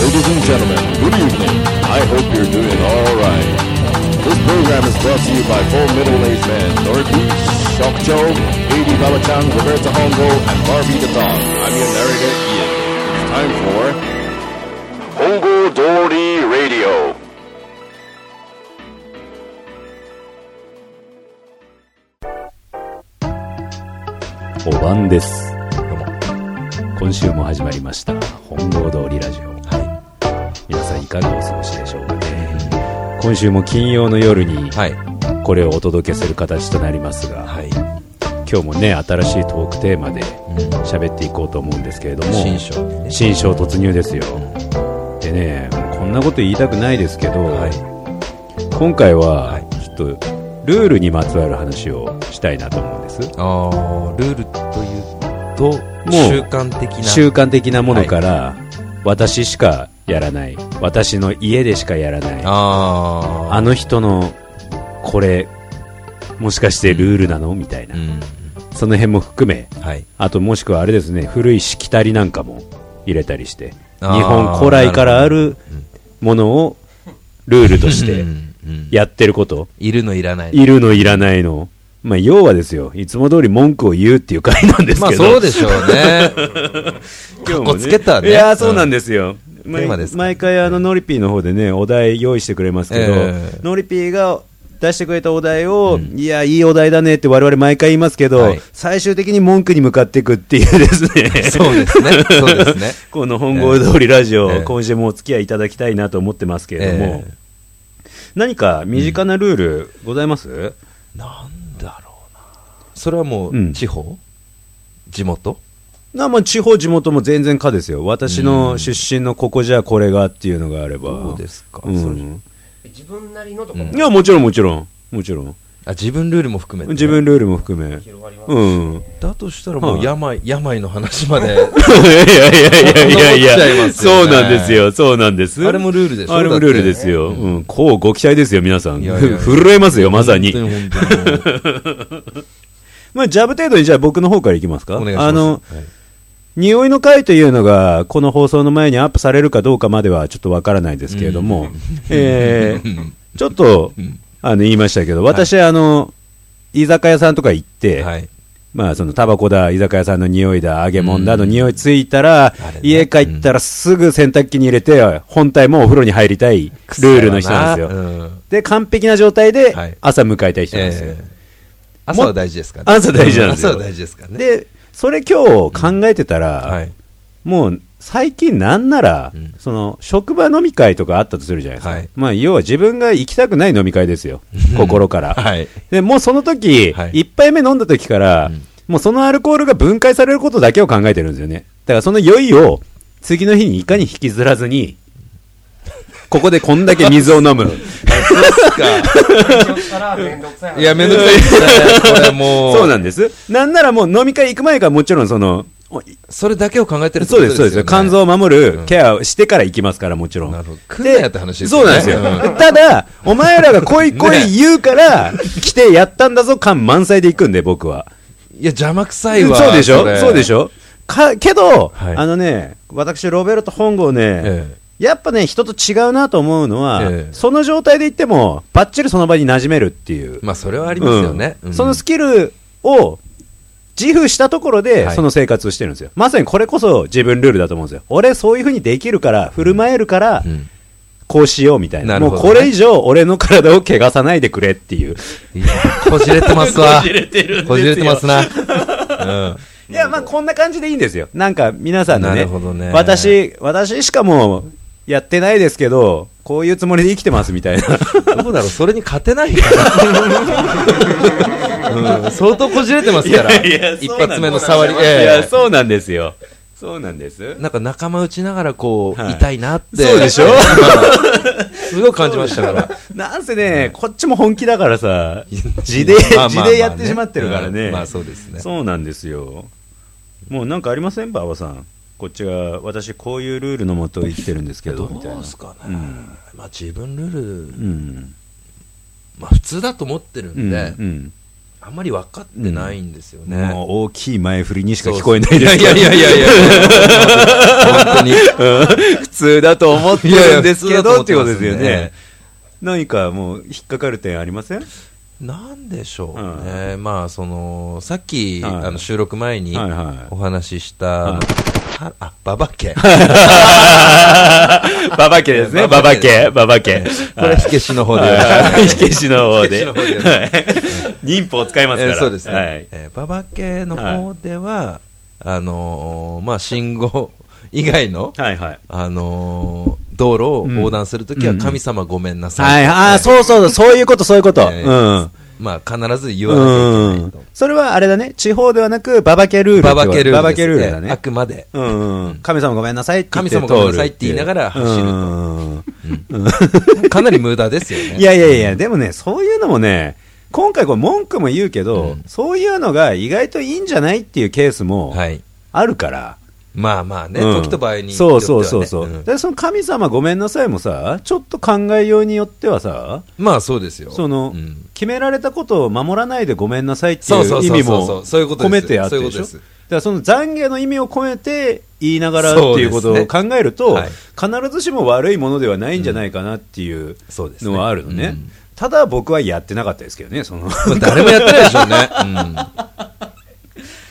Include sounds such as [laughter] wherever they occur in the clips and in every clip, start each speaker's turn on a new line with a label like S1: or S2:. S1: Ladies and gentlemen, good evening. I hope you're doing all right. This program is brought to you by four middle-aged men, Dorothy, Shock Joe, Lady Baba-chan, Roberta Hongo, and Barbie the Dog. I'm your narrator, Ian. It's time for Hongo Dory Radio.
S2: おばんです。どうも。今週も始まりました。本郷通りラジオ。皆さんいかがお過ごしでしょうかね。今週も金曜の夜に、
S3: はい。
S2: これをお届けする形となりますが、
S3: い。
S2: 今日もね、新しいトークテーマで喋っていこうと思うんですけれども、
S3: 新章にね
S2: 新章突入ですよ。でね、こんなこと言いたくないですけど、
S3: は
S2: 今回
S3: は、
S2: はいちょっと、ルールにまつわる話をしたいなと思うんです。
S3: ああ、ルールというと、
S2: う
S3: 習慣的な。
S2: 習慣的なものから、私しかやらない私の家でしかやらないあ
S3: ああ。
S2: の人のこれもしかしてルールなのみたいな、
S3: うん。
S2: その辺も含め
S3: はい。
S2: あともしくはあれですね古いしきたりなんかも入れたりして日
S3: あー
S2: 本古来からあるものをルールとし
S3: う
S2: て
S3: んうん
S2: やってること
S3: いるのいらないの。
S2: いるのいらないのまあ要はですよいつも通り文句を言うっていう回なんです
S3: まあ
S2: けど、
S3: そうでしょうね。
S2: [laughs]
S3: か
S2: 今日
S3: っこつけたね
S2: いやーそうなんですよ、毎
S3: テーマですか
S2: 毎回あのノリピーの方でねお題用意してくれますけど、
S3: ええ
S2: ノリピーが出してくれたお題を、いやいいお題だねって我々毎回言いますけど、
S3: はい
S2: 最終的に文句に向かっていくっていうですね
S3: そうですね。そうです
S2: [laughs]
S3: ね。
S2: この本郷通りラジオ、
S3: ええ
S2: 今週もお付き合いいただきたいなと思ってますけれども、
S3: ええ
S2: 何か身近なルールございます、
S3: なんだろうな。それはも
S2: うん
S3: う、地方地元
S2: なまあ、地方、地元も全然かですよ、私の出身のここじゃこれがっていうのがあれば、
S3: そうですか
S2: うん
S3: それ
S4: 自分なりのとかも
S2: いや、もちろん、もちろん、もちろん、
S3: あ、自分ルールも含めて。
S2: 自分ルールも含め、
S4: 広がります、
S2: うん、
S3: だとしたらも
S2: は
S3: う
S2: い
S3: 病、病の話まで。
S2: いやいやいやいやいや
S3: そんなことしちゃい
S2: いや、
S3: ますよね
S2: そうなんですよ、そうなんです、
S3: あれもルールでしょ
S2: あれもルールですよ、うん、こうご期待ですよ、皆さん、
S3: いやいやいや
S2: [laughs] 震えますよ、まさに。
S3: 本当に本当に
S2: まあ、ジャブ程度に、じゃあ、僕の方からいきますか、
S3: お願いします。
S2: あの、
S3: はい
S2: 匂いの回というのが、この放送の前にアップされるかどうかまではちょっとわからないですけれども、え
S3: [laughs]
S2: ーちょっと、あの、言いましたけど、私、あの、居酒屋さんとか行って、
S3: はい。
S2: まあ、その、タバコだ、居酒屋さんの匂いだ、揚げ物だの匂いついたら、
S3: あれね
S2: 家帰ったらすぐ洗濯機に入れて、本体もお風呂に入りたいルールの人なんですよ。
S3: よ。
S2: で、完璧な状態で
S3: はい、
S2: 朝迎えたい人なんですよ
S3: え。え朝は大事ですから
S2: 朝大事なんですよ
S3: 朝は大事ですからね。
S2: で、それ今日考えてたら、
S3: はい。
S2: もう最近なんなら、
S3: うん
S2: その職場飲み会とかあったとするじゃないですか、
S3: はい
S2: まあ、要は自分が行きたくない飲み会ですよ、心から。
S3: はい。
S2: でもうその時、
S3: はい
S2: 一1杯目飲んだ時から、
S3: うん
S2: もうそのアルコールが分解されることだけを考えてるんですよね。だからその酔いを次の日にいかに引きずらずに、ここでこんだけ水を
S3: [laughs]
S2: 飲む。
S4: 最初から面倒くさい話
S3: いや、めんどくさいですね。これもう。
S2: そうなんです。なんならもう飲み会行く前からもちろんその、お
S3: それだけを考えてるって
S2: そ
S3: こ
S2: う
S3: と
S2: です、そうです。
S3: よね
S2: 肝臓を守るケアをしてから行きますから、もちろん。
S3: なるほど。来んなやって話です
S2: そう
S3: よ
S2: なん
S3: ね。
S2: ですよ。ただ、お前らが来い来い言うから、来てやったんだぞ感満載で行くんで、僕は。
S3: うん。いや、邪魔くさいわ。
S2: そうでしょ
S3: れ
S2: そうでしょか、けど、
S3: はい
S2: あのね、私、ロベルト本郷ね
S3: え、
S2: やっぱね、人と違うなと思うのは
S3: ええ、
S2: その状態で行っても、ばっちりその場に馴染めるっていう。
S3: まあ、それはありますよね。
S2: う
S3: うんん
S2: そのスキルを自負したところで、
S3: はい
S2: その生活をしてるんですよ。まさにこれこそ自分ルールだと思うんですよ。俺、そういうふうにできるから、振る舞えるから、
S3: うん
S2: こうしようみたいな。
S3: なる
S2: も
S3: ほ
S2: う
S3: どね
S2: これ以上俺の体を怪我さないでくれっていう。
S3: いや [laughs] こじれてますわ。
S2: [laughs] こじれてるんですよ
S3: こじれてますな。うん。
S2: いや、まあこんな感じでいいんですよ。なんか皆さんの
S3: な
S2: ね、
S3: るほどね
S2: 私、私しかもうやってないですけど、こういうつもりで生きてますみ
S3: [laughs]
S2: たいな。
S3: どうだろう、それに勝てない
S2: [laughs]
S3: から。うん、相当こじれてますから。一発目の触り。
S2: い
S3: ええ
S2: や、そうなんですよ。そうなんです。
S3: なんか仲間打ちながらこう、
S2: はい
S3: 痛いなって。
S2: そうで
S3: [laughs]
S2: しょ
S3: 今
S2: [laughs]
S3: すごい感じましたから。
S2: なんせね、こっちも本気だから [laughs] さ、地で、
S3: まあまあま
S2: 地
S3: あ
S2: でやってしまってるから
S3: う
S2: ね。
S3: んまあそうですね。
S2: そうなんですよ。もうなんかありません馬場さん。こっちが、私こういうルールのもと生きてるんですけど、
S3: ど
S2: みたいうな
S3: で。すかね。
S2: うん
S3: まあ自分ルール、
S2: うん。
S3: まあ普通だと思ってる
S2: うん
S3: で、
S2: ん。
S3: あんまり分かってないんですよね。
S2: もう大きい前振りにしか聞こえないです
S3: いやいやい
S2: [laughs]
S3: やいや本当に。
S2: 普通だと思ってるんですけどっていうことですよ
S3: いやいや
S2: ね。何かもう引っかかる点ありません
S3: なんでしょうね。まあ、その、さっき、
S2: はい
S3: あの、収録前に
S2: はいはい
S3: お話しした、
S2: はい
S3: はあ、ババケ。
S2: [laughs] ババケですね。バ
S3: バ
S2: バ
S3: バケ
S2: ケ、ババケ。
S3: これ、火消しの方で。
S2: はい火消しの方で。
S3: 火消しの方で
S2: はい忍法使いますから。
S3: えーそうですね、
S2: はい
S3: えーババ系の方では、あのーまあ、信号 [laughs] 以外の、
S2: はいはい。
S3: あのー道路を横断するときは、
S2: うん
S3: 神様ごめんなさ、
S2: はいい、ああ、そうそう、そういうこと、そういうこと。
S3: え
S2: う
S3: ー
S2: ん。
S3: まあ、必ず言わなきゃいけ
S2: う
S3: ない
S2: ん
S3: と。
S2: それはあれだね、地方ではなく、ババケルールって
S3: バ
S2: こと。
S3: バ系ルールですね
S2: ババケルールだ
S3: あ
S2: ね。
S3: くまで。
S2: うんうん。神様ごめんなさいって言って通る
S3: 神様ごめんなさいって言いながら走ると
S2: うん
S3: かなり無駄ですよね。
S2: [laughs] いやいやいや、でもね、そういうのもね、今回これ文句も言うけど、
S3: うん
S2: そういうのが意外といいんじゃないっていうケースも
S3: はい。
S2: あるから。
S3: まあまあね、
S2: うん
S3: 時と場合によっては
S2: そ
S3: ね、
S2: うそうそうそう。
S3: ん
S2: で、その神様ごめんなさいもさ、ちょっと考えようによってはさ、
S3: まあそうですよ。
S2: その、
S3: うん
S2: 決められたことを守らないでごめんなさいってい
S3: そうそう
S2: う
S3: そう
S2: 意
S3: そう
S2: 味も
S3: そういうことです
S2: 込めてあってでし
S3: そういうことです
S2: ょ。だからその懺悔の意味を込めて言いながらって
S3: そうで
S2: いう
S3: すね
S2: ことを考えると、
S3: はい
S2: 必ずしも悪いものではないんじゃないかなっていう
S3: そうですね
S2: のはあるのね。
S3: うん
S2: ただ僕はやってなかったですけどね、その
S3: まあ誰もやってないでしょうね。うん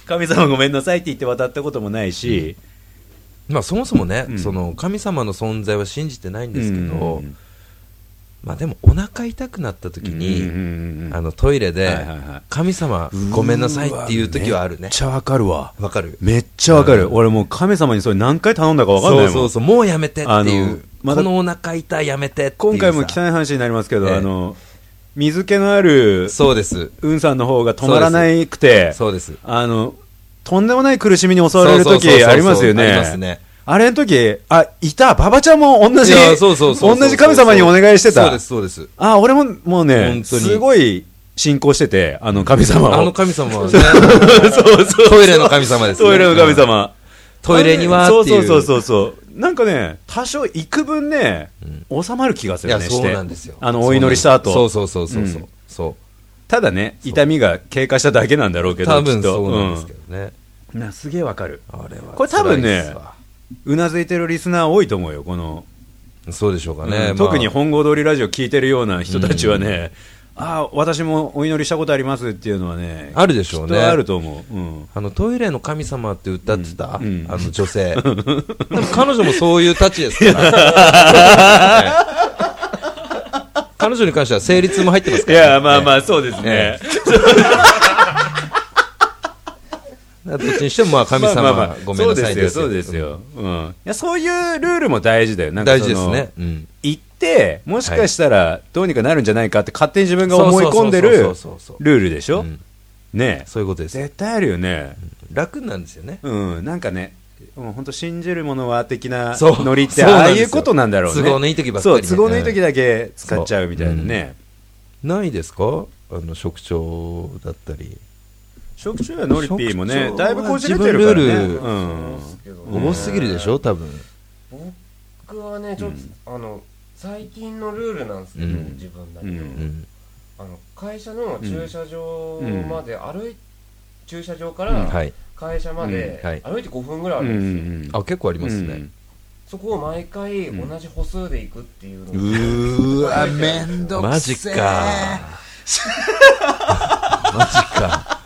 S2: 神様ごめんなさいって言って渡ったこともないし、 [laughs]
S3: まあ、そもそもね、
S2: うん
S3: その神様の存在は信じてないんですけど、
S2: うん
S3: まあ、でもお腹痛くなった時に、
S2: うんうんうん
S3: あのトイレ
S2: はい
S3: で
S2: はいはい
S3: 「神様ごめんなさい」っていう時はある
S2: め
S3: ね
S2: っちゃわかるわ。
S3: わかる
S2: めっちゃわかる。
S3: う
S2: 俺もう神様にそれ何回頼んだかわかんないもん。
S3: そうそうそうもうやめてって
S2: あ
S3: い
S2: の
S3: う
S2: まだ
S3: このお腹痛いやめてっていうさ
S2: 今回も汚い話になりますけど、
S3: ええ
S2: あの、水気のある、
S3: そうです
S2: うんさんの方が止まらないくて、
S3: そうです
S2: あの、とんでもない苦しみに襲われる時
S3: そうそうそうそう
S2: ありますよね。
S3: ありますね
S2: あれの時、あ、いた、馬場ちゃんも同じ、
S3: いやそうそうそうそう
S2: 同じ神様にお願いしてた。
S3: そうですそうです
S2: あ、俺ももうね、
S3: 本当に
S2: すごい信仰してて、あの神様を。
S3: あの神様はねトイレの神様ですね
S2: トイレの神様。
S3: トイレにはっていう
S2: そうそうそうそうそうなんかね多少幾分ね、収まる気が
S3: い
S2: する
S3: や
S2: ね
S3: そうなんで
S2: し
S3: す
S2: て
S3: よ
S2: あのお祈りした後
S3: そうそうそうそう
S2: うん
S3: そう
S2: ただね痛みが経過しただけなんだろうけど
S3: 多分
S2: きっと
S3: そうなんですけどね
S2: うんなすげえわかる
S3: あれは
S2: これ多分ね
S3: 辛いっすわ
S2: うなずいてるリスナー多いと思うよこの、
S3: そうでしょうかね
S2: うん特に
S3: まあ
S2: 本郷通りラジオ聞いてるような人たちはね、ああ私もお祈りしたことありますっていうのはね
S3: あるでしょうね
S2: きっとあると思う、うん、
S3: あのトイレの神様って歌ってた、
S2: うん
S3: あの女
S2: [laughs]
S3: 性、でも彼女もそういうたちですから、ね彼女に関しては生理痛も入ってます
S2: い
S3: から、
S2: やまあまあそうですね、
S3: えあ、どっちにしてもまあ神様、
S2: まあまあまあ
S3: ごめんなさい
S2: そうですよ、そうですよ。うん。いや、そういうルールも大事だよ。なんか
S3: 大
S2: そ
S3: 事で
S2: の
S3: すね、うん、
S2: 行って、もしかしたらどうにかなるんじゃないかって勝手に自分が思い込んでる
S3: そうそうそうそうそう
S2: ルールでしょ、
S3: うん
S2: ねえ
S3: そういうことです
S2: 絶対あるよね。
S3: 楽なんですよね
S2: うん、なんかね、もう本当信じるものは的な
S3: そう
S2: ノリって
S3: そう
S2: あ
S3: なん
S2: あ
S3: ですよ
S2: いうことなんだろうね。
S3: 都合のいい時ばっかりね
S2: そう、都合のいい時だけ使っちゃうみたいなね。
S3: ないですかあの職長だったり
S2: 食中やノリピーもね、
S3: 食中
S2: だいぶこじれてるからね。
S3: 自分ルール
S2: うん。
S3: 重すぎるでしょ多分
S4: 僕はねちょっと、あの最近のルールなんですけど、
S3: うん
S4: 自分だけ、
S2: うん
S3: うん
S4: あの会社の駐車場まで歩い、駐車場か
S2: うん
S4: ら
S3: はい
S4: 会社まで
S3: うんはい
S4: 歩いて5分ぐらいあ
S2: う
S4: る
S2: んうん
S4: ですよ、
S2: ん。
S3: あ結構ありますね、
S2: うん
S4: そこを毎回同じ歩数で行くっていうの
S2: う
S4: が
S2: ーわ、めんど
S3: マジか。 [laughs] マジか。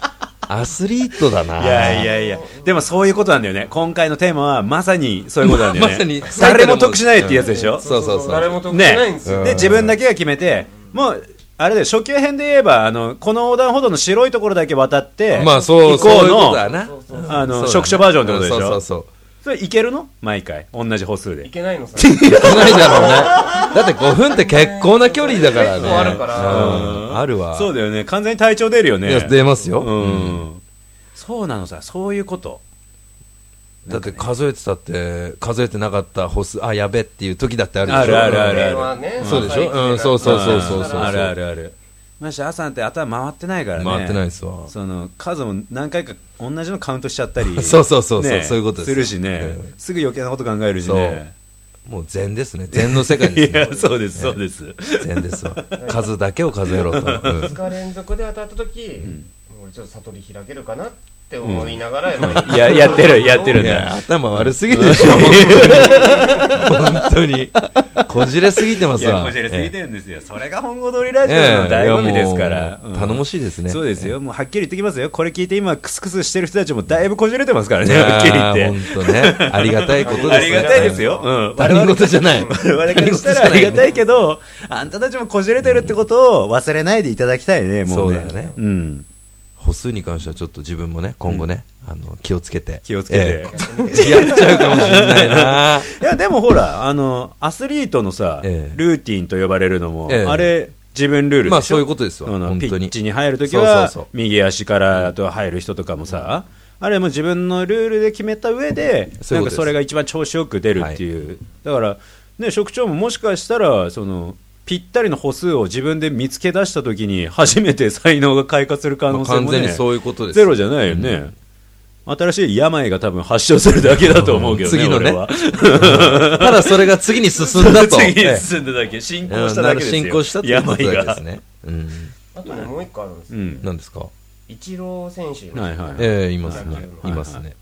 S3: アスリートだな。
S2: いやいやいや、でもそういうことなんだよね。今回のテーマはまさにそういうことなんだよね。
S3: [laughs] まさに
S2: 誰も得しないってやつでしょ、
S3: そうそうそう
S4: 誰も得意ないん
S2: ね
S4: ですよ、
S3: うん
S2: で、自分だけが決めて、もう、あれで初級編で言えば、あの、この横断歩道の白いところだけ渡って、
S3: まあそう、
S2: 行こ
S3: そうい
S2: う
S3: うこと
S2: の、
S3: だな。
S4: そうそうそう
S2: [laughs] あ
S3: そう
S2: の、
S3: だ
S2: 職所バージョンってことでしょ
S3: そうそう
S2: それいけるの毎回。同じ歩数
S4: い
S2: で。
S4: けないのさ
S3: そう。少ないだろうね。だって5分って結構な距離だからね。
S4: 結構あるから
S3: うんあるわ。
S2: そうだよね。完全に体調出るよ
S3: いや
S2: ね。
S3: 出ます
S2: う
S3: よ。
S2: ん。そうなのさ、そういうこと。
S3: だって数えてたって、数えてなかった歩数、あ、やべっていう時だってあるでしょ。
S2: あるあるある
S4: これはね
S3: そうでしょ
S4: まあ
S3: うんそうそうそうそうそう
S2: あるあるある。まして朝なんて頭回ってないからね。
S3: 回ってないですわ。
S2: その数も何回か同
S3: [laughs]
S2: じのカウントしちゃったり
S3: そうそうそうそうそういうことです
S2: するしね、
S3: うん
S2: すぐ余計なこと考えるし
S3: そう
S2: ね
S3: もう禅ですね禅の世界です
S2: い
S3: ね
S2: や、そうです、そうです。
S3: 禅ですわ数だけを数えろと、うん
S4: 2日連続で当たった時、俺ちょっと悟り開けるかなって思いながら、まあ
S2: いや、やって [laughs] る、やってる
S3: いや
S2: ね。
S3: 頭悪すぎるでしょ本当にこじれすぎてま
S2: い
S3: す
S2: や、
S3: わ
S2: こじれすぎてるんですよ。それが本郷通りラジオの醍醐味ですから。
S3: ええいやもう頼もしいですね
S2: そうですよ。もうはっきり言ってきますよ。これ聞いて今、クスクスしてる人たちもだいぶこじれてますから
S3: い
S2: ね、は
S3: や
S2: っきり言って。
S3: ー本当ねありがたいことですね
S2: ありがたいですよ。
S3: [laughs]
S2: うん。
S3: 他人事じゃない
S2: 我
S3: [laughs]
S2: 々からしたらありがたいけど、あんたたちもこじれてるってことを忘れないでいただきた
S3: [laughs]
S2: いね、もうね。
S3: そうだよね
S2: うん。
S3: 歩数に関してはちょっと自分もね今後ね、あの気をつけて
S2: 気をつけて。
S3: ええやっちゃうかもしれない
S2: [laughs]
S3: な
S2: いや、でもほら、あの、アスリートのさ、
S3: ええ
S2: ルーティンと呼ばれるのも、
S3: ええ
S2: あれ、自分ルールでしょ
S3: まあそういうことですわ
S2: あの
S3: 本当に
S2: ピッチに入るときは
S3: そうそうそう
S2: 右足からあと入る人とかもさ、あれも自分のルールで決めた上で、
S3: そういう
S2: な
S3: んこと
S2: か
S3: です
S2: それが一番調子よく出るっていう、だから、ね、職長ももしかしたら、その、ぴったりの歩数を自分で見つけ出したときに、初めて才能が開花する可能性
S3: 完
S2: もね、
S3: 全にそういうことです
S2: ゼロじゃないよね。新しい病が多分発症するだけだと思うけどね、
S3: 次のね
S2: 俺は
S3: ただそれが次に進んだと
S2: [laughs] 次
S3: え
S2: に
S3: え
S2: 進んだだけ、進
S3: う
S2: 行
S3: ん
S2: しただけですよ。
S3: 進行したということ
S2: 病
S3: で
S2: が
S3: す。ね。うん。
S4: あとねもう一個あるんです
S2: う
S4: よ、
S2: ん。
S3: 何ですか
S4: イチロー選手いま
S2: は
S4: すよね
S2: いはい
S3: ええ、いますね。
S4: はい
S3: いますね。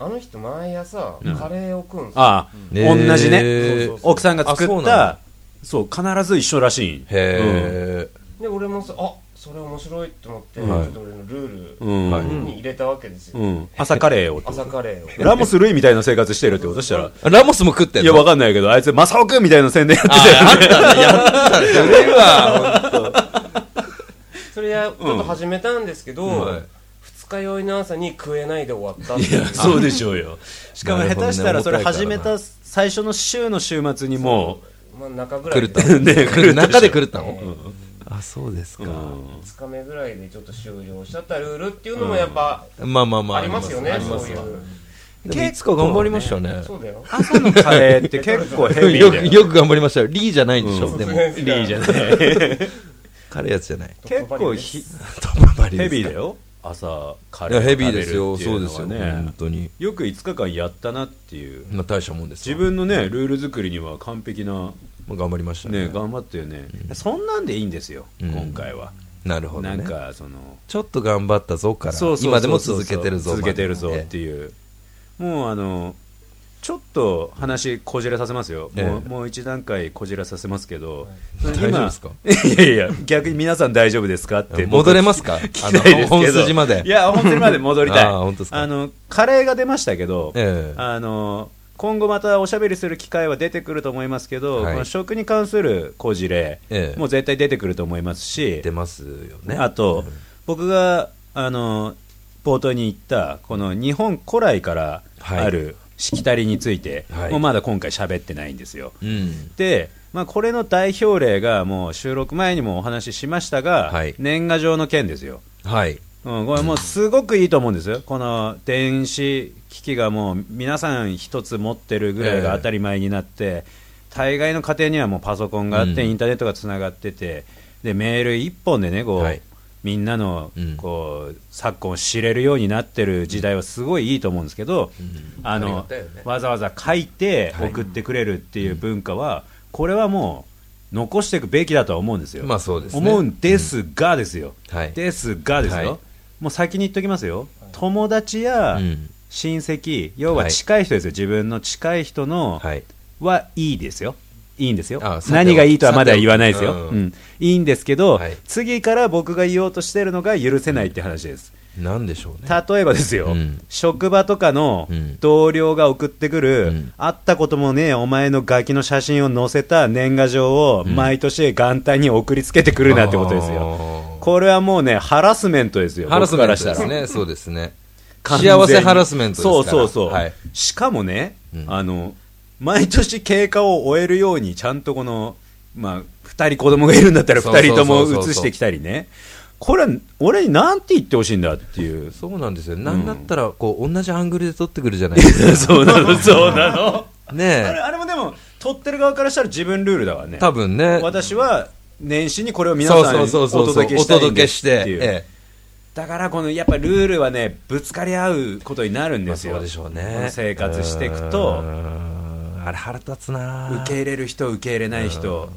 S4: あの人毎朝カレーを食うんですよ、
S2: ああ、
S3: ねえ
S2: 同じ
S3: そう
S2: ね
S3: そう。そう
S2: 奥さんが作
S3: あそうな
S2: っ
S3: んだ
S2: た、そう、必ず一緒らしい。うん
S3: へえ。
S4: で俺もさあそれ面白いと思って、
S2: はい
S4: ちょっと俺のル
S2: う
S4: ール
S2: ん
S4: に入れたわけですよ、
S2: うん。朝カレーをと。
S4: 朝カレーを
S2: ラモス・ルイみたいな生活してるってことしたら、
S3: ラモスも食ってん
S2: い
S3: の
S2: や、わかんないけど、あいつ、マサオくんみたいな宣伝やってたよ
S3: あったねやったねそれは
S4: それやちょっと始めたんですけど、
S3: はい
S4: 二日酔いの朝に食えないで終わった
S2: いや、 [laughs] そうでしょうよ。しかも
S3: なる
S2: 下
S3: ほどね
S2: 手したら、それ始め
S3: 重たいから
S2: た最初の週の週末にも
S4: まあ中ぐら
S3: 狂
S4: い
S3: っ
S4: で
S3: た
S4: 2
S3: の。 [laughs]
S2: ね狂ったでしょ
S3: 中で狂ったの
S4: う
S3: あ、そうです
S2: う、う
S3: か。
S2: ん
S4: 日目ぐらいでちょっと終了しちゃったルールっていうのもやっぱ
S3: まあまあまあ。
S4: ありますよね、
S3: ありま
S4: そう
S3: す
S4: い
S3: わ
S4: う
S3: でもいつか頑張りましたね。
S4: そうだよ
S2: 朝のカレーって結構ヘビ
S3: よ
S2: ー
S3: く、
S2: だよ。
S3: よく頑張りましたよ。リーじゃないんでしょでも、
S4: リー
S2: じゃない
S3: 軽いやつじゃない。
S2: 結構ひ
S3: トップバリュ
S2: ヘビー
S3: です
S2: だよ。朝カ
S3: い
S2: レー
S3: や、
S2: を
S3: ヘ
S2: 食べ
S3: ビー
S2: るっ
S3: で
S2: て
S3: す
S2: い
S3: よ。
S2: う
S3: そう
S2: の
S3: で
S2: は
S3: すよ。
S2: ね
S3: 本当に。
S2: よく5日間やったなっていう。
S3: まあ、大したもんです
S2: 自
S3: わ。
S2: 分のね、ルール作りには完璧な、
S3: もう頑張りました
S2: ね、
S3: ね。
S2: 頑張ったよね。そんなんでいいんですよ、
S3: うん
S2: 今回は。
S3: なるほど
S2: なん
S3: ね。
S2: か、その、
S3: ちょっと頑張ったぞから
S2: そうそうそうそう
S3: 今でも続けてるぞ
S2: 続けてるぞ
S3: まで
S2: っていう、もうあのちょっと話こじらさせますよ、もう
S3: ええ
S2: もう一段階こじらさせますけど、
S3: い
S2: その今
S3: 大丈
S2: いやいや逆に皆さん大丈夫ですかって
S3: 戻れますか
S2: [laughs] 聞きたいですけど
S3: あの本筋まで
S2: いや本筋まで戻りた
S3: [laughs]
S2: い
S3: あー本当ですか
S2: のカレーが出ましたけど、
S3: ええ
S2: あの今後またおしゃべりする機会は出てくると思いますけど、
S3: はい
S2: この食に関するこじれ、
S3: ええ
S2: もう絶対出てくると思いますし
S3: 出ますよね
S2: あと、僕があの冒頭に言ったこの日本古来から
S3: はい
S2: あるしきたりについて、
S3: はい
S2: もうまだ今回喋ってないんですよ。
S3: うん
S2: で、まあ、これの代表例がもう収録前にもお話ししましたが、
S3: はい
S2: 年賀状の件ですよ。
S3: はい
S2: うん、これもうすごくいいと思うんですよ、この電子機器がもう皆さん一つ持ってるぐらいが当たり前になって、大概の家庭にはもうパソコンがあって、
S3: うん
S2: インターネットがつながってて、でメール一本でねこう、
S3: はい
S2: みんなの
S3: うん
S2: こう、昨今、知れるようになってる時代はすごいいいと思うんですけど、あ
S4: ありが
S2: の
S4: たいよね
S2: わざわざ書いて送ってくれるっていう文化は、これはもう残していくべきだとは思うんですよ。
S3: まあそうですね
S2: 思うんですがですよ、
S3: はい
S2: ですがですよ、
S3: はい
S2: もう先に言っときますよ、友達や
S3: うん
S2: 親戚、要は近い人ですよ、自分の近い人の
S3: はい
S2: はいいですよ、いいんですよ
S3: あさ、ては
S2: 何がいいとはまだ言わないですよ、
S3: さては
S2: うんいいんですけど、
S3: はい
S2: 次から僕が言おうとしてるのが許せないって話です。
S3: なんでしょうね
S2: 例えばですよ、
S3: うん
S2: 職場とかの
S3: うん
S2: 同僚が送ってくる、
S3: うん
S2: 会ったこともねえお前のガキの写真を載せた年賀状を毎年元旦に送りつけてくるなってことですよ、
S3: あー
S2: これはもうねハラスメントですよ
S3: ハラスメントで
S2: 僕
S3: す
S2: から
S3: ねそうですね
S2: 完全に
S3: 幸せハラスメントですから
S2: そうそうそう、
S3: はい
S2: しかもね、
S3: うん
S2: あの毎年経過を終えるようにちゃんとこの、まあ、2人子供がいるんだったら2人とも
S3: そうそうそうそう
S2: 写してきたりねこれは俺になんて言ってほしいんだっていう
S3: そうなんですよなんだったらこう同じアングルで撮ってくるじゃないです [laughs] か
S2: そうなのそうなのあれ
S3: ねえ
S2: あれもでも撮ってる側からしたら自分ルールだわ [laughs] ね
S3: 多分ね
S2: 私は年始にこれを皆
S3: そう
S2: さんに
S3: そ
S2: お
S3: うそうそう
S2: 届け
S3: お
S2: したいん
S3: 届
S2: で
S3: け
S2: す
S3: し
S2: って
S3: て
S2: いう
S3: え
S2: だからこのやっぱルールはねぶつかり合うことになるんですよ、
S3: まあそうでしょうね
S2: 生活していくと
S3: えあれ腹立つな
S2: 受け入れる人受け入れない人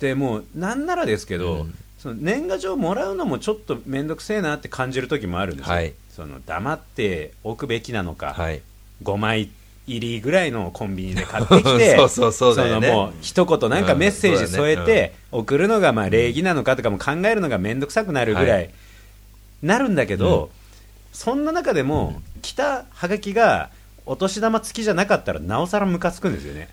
S2: でもうなんならですけど、
S3: うん
S2: その年賀状もらうのもちょっと面倒くせえなって感じる時もあるんですよ、
S3: はい
S2: その黙っておくべきなのか、
S3: はい
S2: 5枚入りぐらいのコンビニで買ってき
S3: [laughs]
S2: て
S3: そうそうそうだよね
S2: そのもう一言なんかメッセージ添え
S3: うんそうだ
S2: て送るのがまあ礼儀なのかとかも考えるのが面倒くさくなるぐら
S3: はい
S2: なるんだけど、そんな中でも来たはがきがお年玉付きじゃなかったらなおさらムカつくんです
S3: [laughs]
S2: よね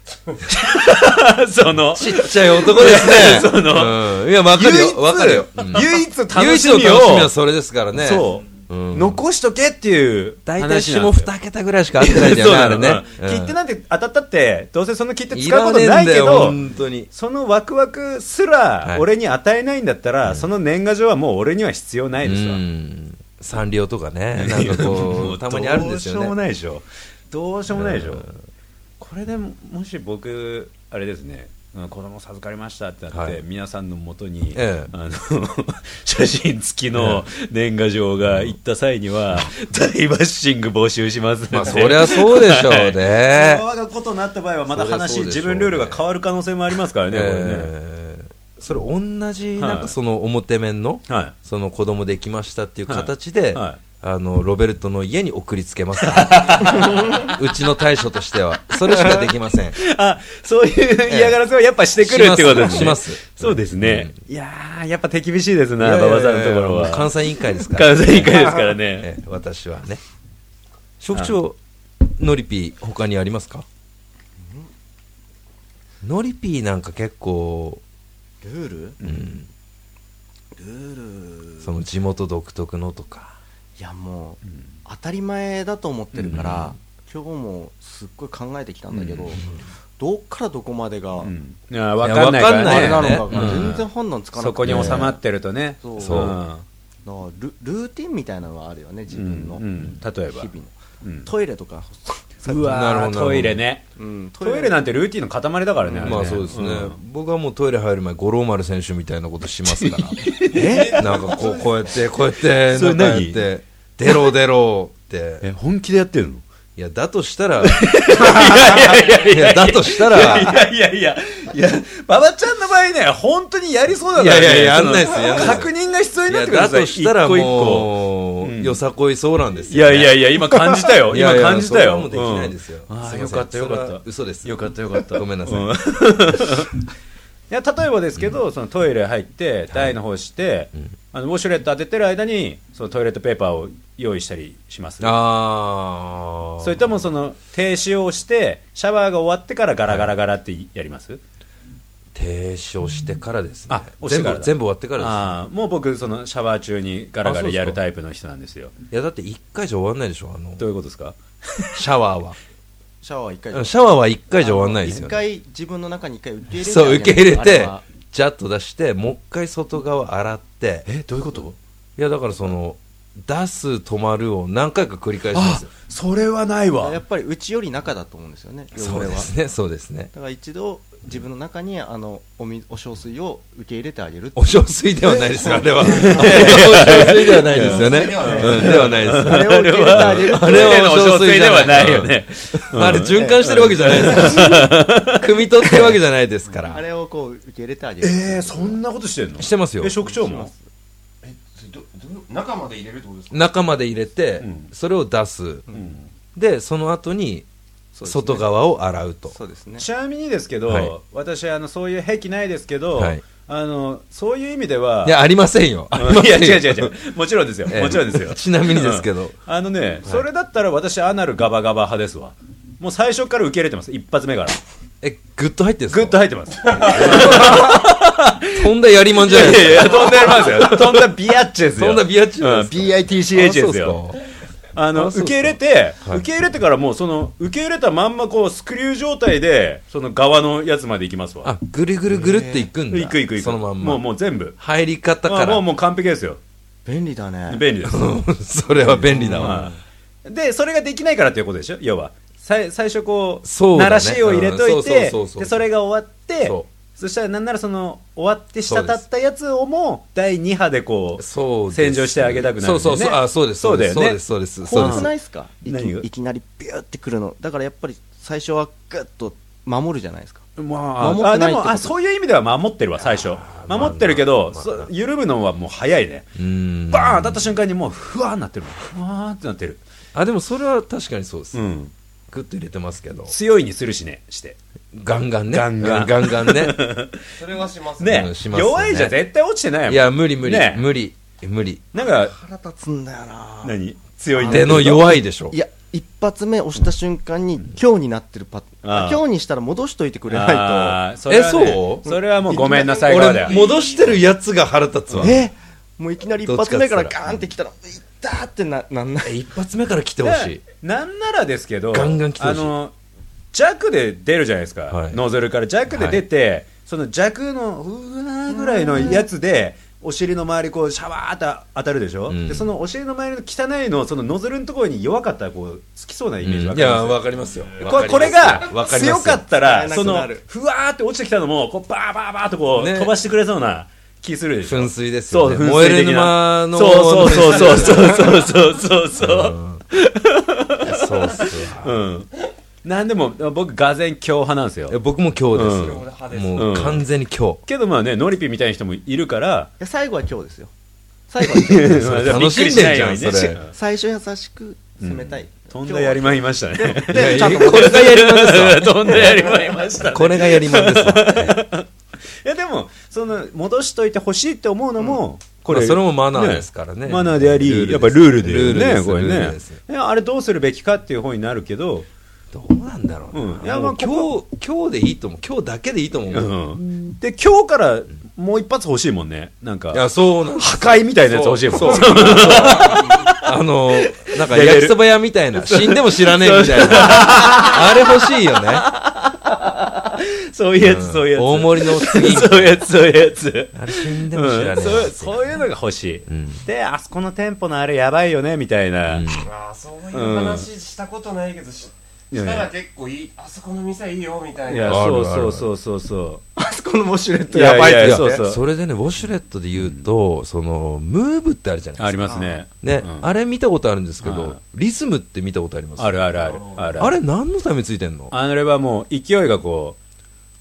S2: その
S3: ちっちゃい男です [laughs] ね
S2: その
S3: うんいやわかる
S2: 唯一
S3: よわかるよ、うん
S2: 唯一楽しみを
S3: 唯一の楽しみはそれですからね
S2: そう、
S3: うん
S2: 残しとけっていう
S3: 大
S2: 話なん
S3: 体
S2: ですよ
S3: 下2桁ぐらいしか合ってないんだよねあれね
S2: そうなの切手
S3: い
S2: なんて当たったってどうせその切手使うことないけ
S3: いらねえんだよ
S2: ど
S3: 本当に
S2: そのワクワクす
S3: は
S2: ら
S3: い
S2: 俺に与えないんだったら、その年賀状はもう俺には必要ないですわ、 [laughs]
S3: うんサンリオとかねなんか
S2: も
S3: こ
S2: う
S3: うたまにあるんです
S2: どうしよう
S3: よ
S2: も
S3: ね
S2: ないでしょどうしようもないでしょ、これでももし僕あれですねうん子供授かりましたってなって、
S3: はい
S2: 皆さんのもとに、
S3: ええ
S2: あの [laughs] 写真付きの年賀状が行った際には、大バッシング募集します
S3: まあそりゃそうでしょうね
S2: その側がことになった場合はまた
S3: そりゃそうでし
S2: 話、
S3: ょうね
S2: 自分ルールが変わる可能性もありますからね、これね
S3: えーそれ同じ
S2: はい
S3: なんかその表面の、
S2: はい
S3: その子供できましたっていう形で、
S2: はいはい
S3: あのロベルトの家に送りつけます [laughs] うちの対処としてはそれしかできません
S2: あそういう嫌がらせをやっぱしてくる
S3: ええ
S2: ってことですね
S3: しますします
S2: そうですね、いやーやっぱ手厳しいですな馬場さんのとこ
S3: いやいや
S2: ろ
S3: いやも
S2: は
S3: う監査委員会ですから
S2: 関西委員会ですからね
S3: [laughs] ええ私はね職長のりぴー他にありますかのりぴーなんか結構
S5: ルール
S3: うん
S5: ルール
S3: その地元独特のとか
S5: いやもう、当たり前だと思ってるから、今日もすっごい考えてきたんだけど、どっからどこまでが、
S2: うんいや分かんないから
S5: あ
S2: ね
S5: れなのか
S3: う
S5: が
S3: ん
S5: 全然判断つかな
S2: そ
S5: くて、
S2: こに収まってるとね
S5: そう
S2: うん
S5: だからルルーティンみたいなのはあるよね自分の、
S2: うんうん例えば
S5: 日々の、
S2: うん
S5: トイレとか、
S2: う
S3: なるほ
S2: わー
S3: ど
S2: トイレね
S5: うん
S2: トイレなんてルーティンの塊だからねれね
S3: まあそうですね、
S2: ん
S3: 僕はもうトイレ入る前、五郎丸選手みたいなことしますから、 [laughs] えなんかこうこうやって、こうやって、
S2: そ
S3: な
S2: れ
S3: んかやっ
S2: 何
S3: て、出ろ出ろって、
S2: え本気でやって [laughs] るの
S3: いや、だとした [laughs] ら、いや、だとした [laughs] ら、い
S2: いやいやいや、いや、馬場ちゃんの場合ね、本当にやりそうだからね。
S3: いやいややんないっす
S2: その
S3: やんないっす
S2: 確認が必要になっ
S3: や、
S2: てくる
S3: だとしたら
S2: 一個一個
S3: もう、よさこいそうなんです
S2: い
S3: よ、
S2: や
S3: ね。
S2: いやいや、今感じたよ。
S3: いや
S2: 今
S3: いや
S2: 感じたよ。
S3: それはもうできないですよ
S2: うんああ、
S3: すい
S2: よ
S3: ません
S2: かったよ
S3: そ
S2: か
S3: れ
S2: っ
S3: は
S2: た。
S3: 嘘です
S2: よかったよかった。
S3: ごめんなさい
S2: ういや、例えばですけど、そのトイレ入って、台の方して、あのウォシュレット当ててる間に、そのトイレットペーパーを用意したりします。
S3: あー
S2: それともその停止をして、シャワーが終わってからガラガラガラってやります、
S3: 提唱してからですね、
S2: あ押し
S3: 全
S2: てから
S3: 部
S2: だ
S3: 全部終わってからです。
S2: ああもう僕そのシャワー中にガラガ
S3: あ
S2: ラ
S3: そうですか
S2: やるタイプの人なんですよ
S3: いやだって1回じゃ終わんないでしょ、あの
S2: どういうことですか
S3: シャワーは。
S5: シャワー一回
S3: うんシャワーは1回じゃ終わんないですよ、ね。
S5: 一回自分の中に一回受け入れて
S3: そう受け入れ
S5: あ
S3: て
S5: は
S3: ジャッと出してもう一回外側洗って
S2: えどういうこと
S3: いやだからその出す止まるを何回か繰り返しますよ
S2: それはない
S5: やっぱりうちより中だと思うんですよね汚
S3: そ
S5: れ
S3: うで
S5: は
S3: すねそうですね
S5: だから一度自分の中にあのおみお小水を受け入れてあげる
S3: お小水ではないですよあれはお小水ではないですよねうんではないですよ
S5: あれを受け入れてあげる
S3: あ
S2: あ
S3: れ
S2: れ
S3: は
S2: は
S3: お
S2: お
S3: 小
S2: 小
S3: 水
S2: 水
S3: じ
S2: で
S3: ゃない
S2: はないよね
S3: あれ循環してるわけじゃないですから汲み取ってるわけじゃないですから
S5: あれをこう受け入れてあげる
S2: えー、そんなことしてんの
S3: してますよ
S2: え職長も
S4: えそれどど中まで入れるってことですか
S3: 中まで入れて
S2: うん
S3: それを出すでその後に
S5: そうですね
S3: 外側を洗うと
S5: そうですね
S2: ちなみにですけど、
S3: はい
S2: 私あのそういう癖ないですけど、
S3: はい
S2: あのそういう意味ではい
S3: やありませんよ [laughs] ありま
S2: い
S3: せ
S2: や
S3: んよ
S2: [laughs] 違う違う違うもちろんですよ
S3: ええ
S2: もちろんです
S3: [laughs]
S2: よ
S3: ちなみにですけど
S2: うんあのねそれだったら私アナルガバガバ派ですわもう最初から受け入れてます一発目から
S3: え、グッと入ってるんですか
S2: グッと入っ
S3: [laughs]
S2: てます
S3: とんだやりまんじゃない
S2: いやい
S3: です
S2: や、飛んでますよ。飛んだビアッチです
S3: か。
S2: よ。
S3: とんだビアッチなんですか。
S2: BITCH
S3: あそう
S2: で
S3: っ
S2: す
S3: す
S2: よ。
S3: か
S2: あの、
S3: あそうっす
S2: 受
S3: か
S2: け入れて、
S3: はい
S2: 受け入れてからもう、その、受け入れたまんま、こう、スクリュー状態で、その側のやつまで行きますわ。
S3: あ、ぐるぐるぐるっていくんだ。
S2: 行く行く行く。
S3: そのまん
S2: もう、
S3: ま。
S2: もう全部。
S3: 入り方か
S2: あもう、
S3: ら。
S2: もう完璧ですよ。
S5: 便利だね
S2: 便利です。
S3: [laughs] それは便利だ
S2: は
S3: わ。
S2: いで、それができないからっていうことでしょ要は。さい最初こう、
S3: そうだ
S2: 鳴
S3: ね
S2: らしを入れと
S3: うん
S2: い
S3: そう
S2: て、
S3: そうそうそう
S2: で、それが終わって
S3: そ、
S2: そしたらなんならその、終わって
S3: そ
S2: 滴
S3: うです
S2: ったやつをも、第2波でこう、
S3: そうです。
S2: 洗浄してあげたくなるんだよね
S3: そうそうそう。あ、そうです。
S2: そうだよね
S3: そうです。そうです。そう
S5: 怖
S3: です
S5: くないですかいき
S2: 何が
S5: いきなりビューってくるのだからやっぱり最初はグッと守るじゃないですか
S2: まあ、
S5: 守って
S2: あ
S5: ない
S2: で
S5: ってこと
S2: もあそういう意味では守ってるわ最初
S3: まあ
S2: 守ってるけど、
S3: まあ
S2: そ緩むのはもう早いね
S3: うん
S2: バーン当たった瞬間にもうふわーになってるふわーってなってる、
S3: あでもそれは確かにそうです、
S2: うん、
S3: グッと入れてますけど
S2: 強いにするしねして
S3: ガンガンね
S2: ガンガン
S3: ガンガンね
S2: [laughs]
S4: それはします
S2: ね,、
S3: うんしますよね
S2: 弱いじゃ絶対落ちてないもん
S3: いや無理無理、
S2: ね
S3: 無理無理
S2: なんか
S5: 腹立つんだよな
S2: 何強いんだ
S3: での
S2: い
S3: 弱いでしょ
S5: いや一発目押した瞬間に強になってるパ
S2: ああ
S5: ターン強にしたら戻しといてくれない
S2: それはね
S3: えそう
S2: それはもうごめんなさい側だ
S3: 俺
S2: よ
S3: 戻してるやつが腹立つわ
S5: とえもういきなり一発目から
S3: どっちかっつったら
S5: ガーンってきたら「いった!」ってななんない
S3: 一発目から来てほしい
S2: でなんならですけど
S3: ガンガン来てほ
S2: あ
S3: しい
S2: の弱で出るじゃないですか、
S3: はい
S2: ノズルから弱で出て、その弱のうわーぐらいのやつでお尻の周りこうシャワーって当たるでしょ、
S3: うん
S2: でそのお尻の周りの汚いのそのノズルのところに弱かったらこうつきそうなイメージわ
S3: い
S2: かり
S3: や
S2: ます
S3: わかりますよ
S2: これこれが
S3: わかり
S2: 強
S3: ます
S2: か
S3: よ
S2: ったら、
S5: 使
S2: そ
S5: えなく
S2: の
S5: なる
S2: ふわーって落ちてきたのも、こうバーバーバーとこう、
S3: ね
S2: 飛ばしてくれそうな気するでしょ。
S3: 噴水ですよね
S2: そう、噴
S3: 燃え
S2: 水
S3: る
S2: 的な
S3: 沼の
S2: そうそうそうそうそうそうそう
S3: そうっす
S2: そう。うん。なんでも、僕、がぜん強派なんです
S3: いや
S2: よ。
S3: 僕も今日
S2: うん
S3: ですよ、もううん完全に今日、
S2: けどまあね、ノリピみたいな人もいるから、
S5: や最後は今日ですよ最後は
S2: [laughs]
S5: 今日
S3: 楽しんでんじゃん
S2: びっくりしないようにね
S3: それ
S5: 最初優しく攻めたい、
S2: とんだやりまいましたね。
S5: 今日はでちゃんと
S3: これがやりまんですわ
S2: [laughs] とんだやり
S3: [laughs]
S2: まいましたね。
S3: これがやりま
S2: [laughs]
S3: んですわ
S2: いやでも、その、戻しといてほしいって思うのも、
S3: これそれもマナーですからね
S2: マナーであり、
S3: ルールです
S2: やっぱルールで
S3: ルール
S2: ね、
S3: です
S2: これ
S3: ルール
S2: ね
S3: です。
S2: いやあれどうするべきかっていう方になるけど、
S3: どうなんだろうな、
S2: うんいや
S3: もう
S2: まあ
S3: 今日今日でいいと思う今日だけでいいと思う、い
S2: うんで、今日からもう一発欲しいもんね。なん
S3: や
S2: か、
S3: そう
S2: [laughs]
S3: なん
S2: 破壊みたいなやつ欲しいもん。
S3: そうそうあのなんか
S2: レベル
S3: 焼きそば屋みたいな死んでも知らねえみたいなあれ欲しいよね
S2: [laughs] そういうやつ、そういうやつ。
S3: 大盛りの次
S2: そういうやつ、そういうやつ。
S3: あれ死んでも知
S2: う
S3: らねえ
S2: んそうそういうのが欲しい、
S3: ん
S2: であそこの店舗のあれやばいよねみたいな、
S3: うん
S4: ああそういう話したことないけどし,、
S2: いやい
S4: し
S2: や
S4: たら結構いいあそこの店いいよみたい
S2: い
S4: な
S2: や
S3: ある
S2: そ
S3: あ
S2: う
S3: るある
S2: そうそうそうそ
S5: あそこのウォシュレッ
S2: う
S5: トやばい
S2: や
S5: っ
S2: い
S5: て
S2: や
S5: 言
S2: そ
S5: っ
S2: う
S5: て
S2: そう
S3: それでねウォシュレットで言うと、そのムーブってあるじゃないですか
S2: ありますね
S3: ね、
S2: うん
S3: あれ見たことあるんですけど、
S2: はい
S3: リズムって見たことあります
S2: あるあるあるある
S3: あれ何のためについてんの
S2: あれはもう勢いがこ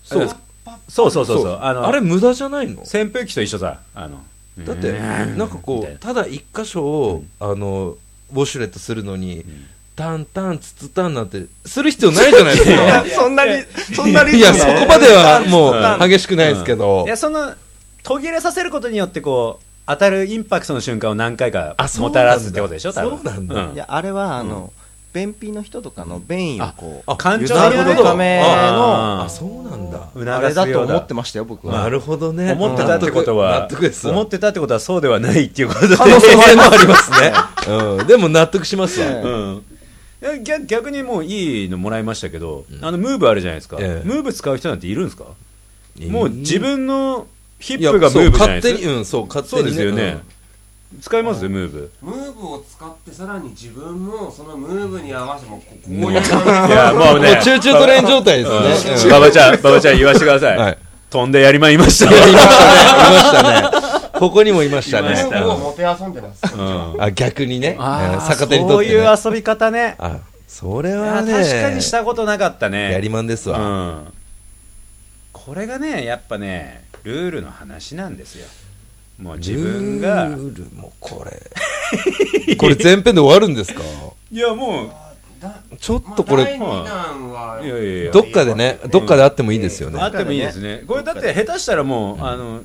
S2: う
S3: そう
S2: そうそうそうそうあの
S3: れ無駄じゃないの
S2: 扇風機と一緒さあの
S3: だってなんか
S2: み
S3: こ
S2: たいうな
S3: ただ一箇所を、あのウォシュレットするのに、タンタンツツタンなんてする必要ないじゃないです
S5: いや
S3: か
S5: そんなにそんないリズ
S3: や
S5: ム
S3: そ
S5: だ
S3: こ
S5: よ
S3: まではも
S2: タンツツタ
S3: う
S2: ン
S3: 激しくないですけど、
S2: いやその途切れさせることによってこう当たるインパクトの瞬間を何回か
S3: あそうな
S2: も
S3: んだ
S2: たらすってことでしょ多分
S3: そうなんだ
S5: いやあれはあの、便秘の人とかの便意をこう
S3: あ
S2: 感
S5: ゆ
S2: 情
S5: さ
S2: 的な
S5: ぶ
S2: ね
S5: るため
S2: あ
S5: の
S3: あそうなんだ、
S2: うん
S5: あれだと思ってましたよ僕は
S3: なるほどね
S2: 思ってたってこと
S3: 納
S2: は
S3: 得ですわ
S2: 思ってたってことはそうではないっていうことで
S3: 可能性もあり
S2: [laughs]
S3: ますね、うん、でも納得しますわ、
S5: ええ
S2: うんいや逆逆にもういいのもらいましたけど、あのムーブあるじゃないですか、
S3: ええ
S2: ムーブ使う人なんているんですか、
S3: いい
S2: もう自分のヒ
S3: い
S2: ッ
S3: や
S2: プがムーブじゃな
S3: 勝
S2: いで
S3: 手
S2: す
S3: に
S2: か
S3: うんそう勝手
S2: そう
S3: に
S2: で
S3: ね
S2: すよね、使いますムーブ
S4: ムーブを使ってさらに自分もそのムーブに合わせてもうこうこういう感じ
S2: い
S3: [laughs]
S2: やも
S3: うんも
S2: う
S3: う
S2: ね
S3: 中中トレイン状態で
S2: うん
S3: すね、うん
S2: 馬場ちゃん馬場ちゃん言わせてください、
S3: はい
S2: 飛んでやりまいました
S3: いやいましたねいましたねここにもいました
S2: いま
S4: ム
S2: し
S3: ね
S2: た
S4: ーブをもてあそんでます
S2: うん
S3: あ逆にね
S2: あー
S3: うん逆手にとって、ね、
S2: そういう遊び方ね
S3: あそれ
S2: い
S3: は
S2: や
S3: ね
S2: 確かにしたことなかったね
S3: やりまんですわ、
S2: うん、これがねやっぱねルールの話なんですよもう自分が
S3: ルールもこれこれ [laughs] 前編で終わるんですか
S2: いやもう
S4: だ
S3: ちょっ
S4: まあ
S3: とこ
S4: 第
S3: れ
S4: 二弾はい
S2: やいやいや
S3: どっかでねどっかであってもいいですよね
S2: あってもいいですねこれだって下手したらもう、あの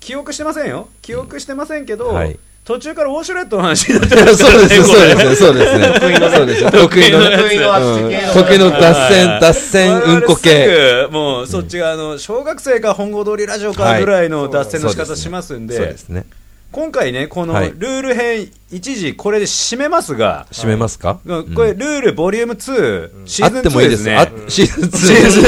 S2: 記憶してませんよ記憶してませんけど、
S3: うんはい
S2: 途中からウォシュレットの話になって
S3: [laughs] そうで
S2: ま
S3: す
S2: すからね
S3: ね
S2: こ
S3: そう
S2: れ [laughs]
S3: ですねそうですねそうですね得意のね
S4: 得意の足系の
S3: 得意の脱
S2: は
S3: 線
S2: い
S3: 脱線うんこ系
S2: 我々すぐもうそっちがあの小学生か本郷通りラジオかぐらいの脱線の仕方しますんで,、
S3: そうですね
S2: 今回ねこの
S3: はい
S2: ルール編一時これで締めますが、
S3: 締めますか、
S2: こ
S3: うん
S2: れ、ルールボリューム2、シ
S3: あ
S2: ーズン
S3: って
S2: 2
S3: もいいで
S2: で
S3: すす
S2: ね。
S3: ね。あシーズン2。
S2: シー [laughs] ズン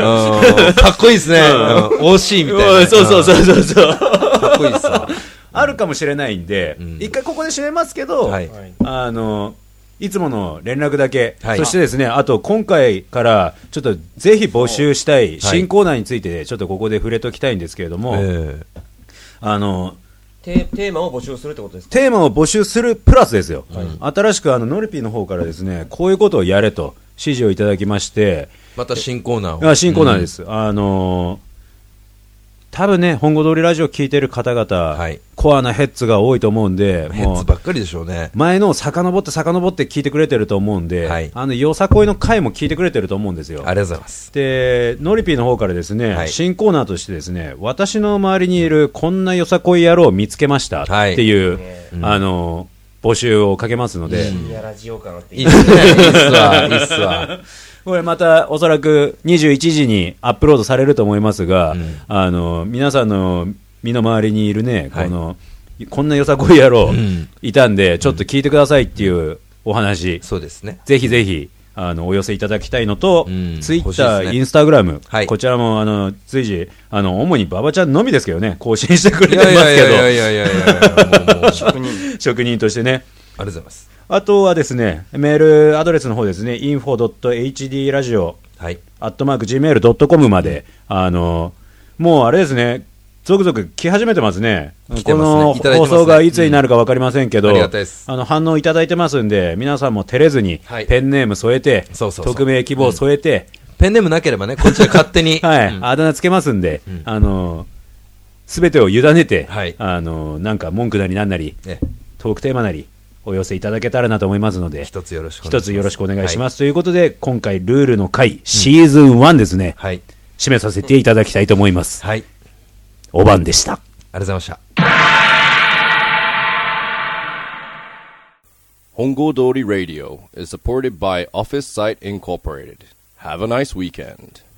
S2: 2!
S3: うんかっこいいですね。うん OC みたいな
S2: う
S3: ね。
S2: んそうそうそうそうそう。
S3: うん。かっこいいっす
S2: [laughs]
S3: わ。
S2: あるかもしれないんで
S3: うん、
S2: 一回ここで締めますけど、
S3: はい。
S2: あの、いつもの連絡だけ、
S3: はい
S2: そしてですね、あと今回から、ちょっとぜひ募集したい新コーナーについて、ちょっとここで触れときたいんですけれども、
S3: え
S2: あの、
S6: テテーマを募集するってことですか
S2: テーマを募集するプラスですよ、新しくあのノリピーの方からですねこういうことをやれと指示をいただきまして、
S3: また新コーナーを
S2: あ新コーナーで、す、あのー多分ね、本郷通りラジオ聞いてる方々、
S3: はい
S2: コアなヘッズが多いと思うんで、
S3: うんヘッ
S2: も
S3: ズ
S2: う
S3: ばっかりでしょうね
S2: 前のを遡って遡って聞いてくれてると思うんで、
S3: はい
S2: あのよさこいの回も聞いてくれてると思うんですよ。
S3: ありがとうございます
S2: でノリピーの方からですね、
S3: はい
S2: 新コーナーとしてですね私の周りにいるこんなよさこい野郎を見つけました
S3: はい
S2: っていう、
S3: うん
S2: あの募集をかけますので、
S4: 深夜ラジオ感あって
S3: いいっすねいいっすわいいっすわ
S2: これまたおそらく21時にアップロードされると思いますが、
S3: うん
S2: あの皆さんの身の回りにいるね、
S3: はい
S2: このこんなよさこい野郎
S3: うん
S2: いたんで、ちょっと聞いてくださいっていうお話、
S3: そうですね
S2: ぜひぜひあのお寄せいただきたいのと、
S3: うん
S2: ツイッ
S3: 欲しい
S2: タ
S3: です
S2: ー、
S3: ね
S2: インスタグラム、
S3: はい
S2: こちらもあの随時あの、主に馬場ちゃんのみですけどね、更新してくれ
S3: い
S2: て
S3: やい
S2: ます
S3: やいやい
S2: け
S3: やいやいやもうもうありがとう
S2: ど、職人としてね。
S3: ございます
S2: あとはですね、メールアドレスの方ですね、info.hdradio
S3: はい
S2: アットマーク Gmail.com まで、あの、もうあれですね、続々来始めてますね。
S3: 来て
S2: こ
S3: ますね
S2: の
S3: いただいて
S2: 放
S3: ますね
S2: 送がいつになるか分かりませんけど、
S3: うんありがたいです
S2: あの反応いただいてますんで、皆さんも照れずに、
S3: はい
S2: ペンネーム添えて、
S3: そうそうそう
S2: 匿名希望添えて、
S3: ペンネームなければねこっちで勝手に
S2: はい、
S3: うん
S2: あだ名つけますんで
S3: うん、
S2: あの、すべてを委ねて、
S3: はい
S2: あの、なんか文句なりなんなり、
S3: ね
S2: トークテーマなり、お寄せいただけたらなと思いますので、
S3: 一つよろしくお願いしま
S2: 一
S3: す
S2: つよろしくお願いしますす。ということで、今回ルールの回、シーズン1ですね。
S3: はいはい
S2: 締めさせていただきたいと思います。
S3: はいあり
S2: おばんでした。
S3: がとうございました
S1: Hongo Dori Radio is supported by Office Site Incorporated. Have a nice weekend.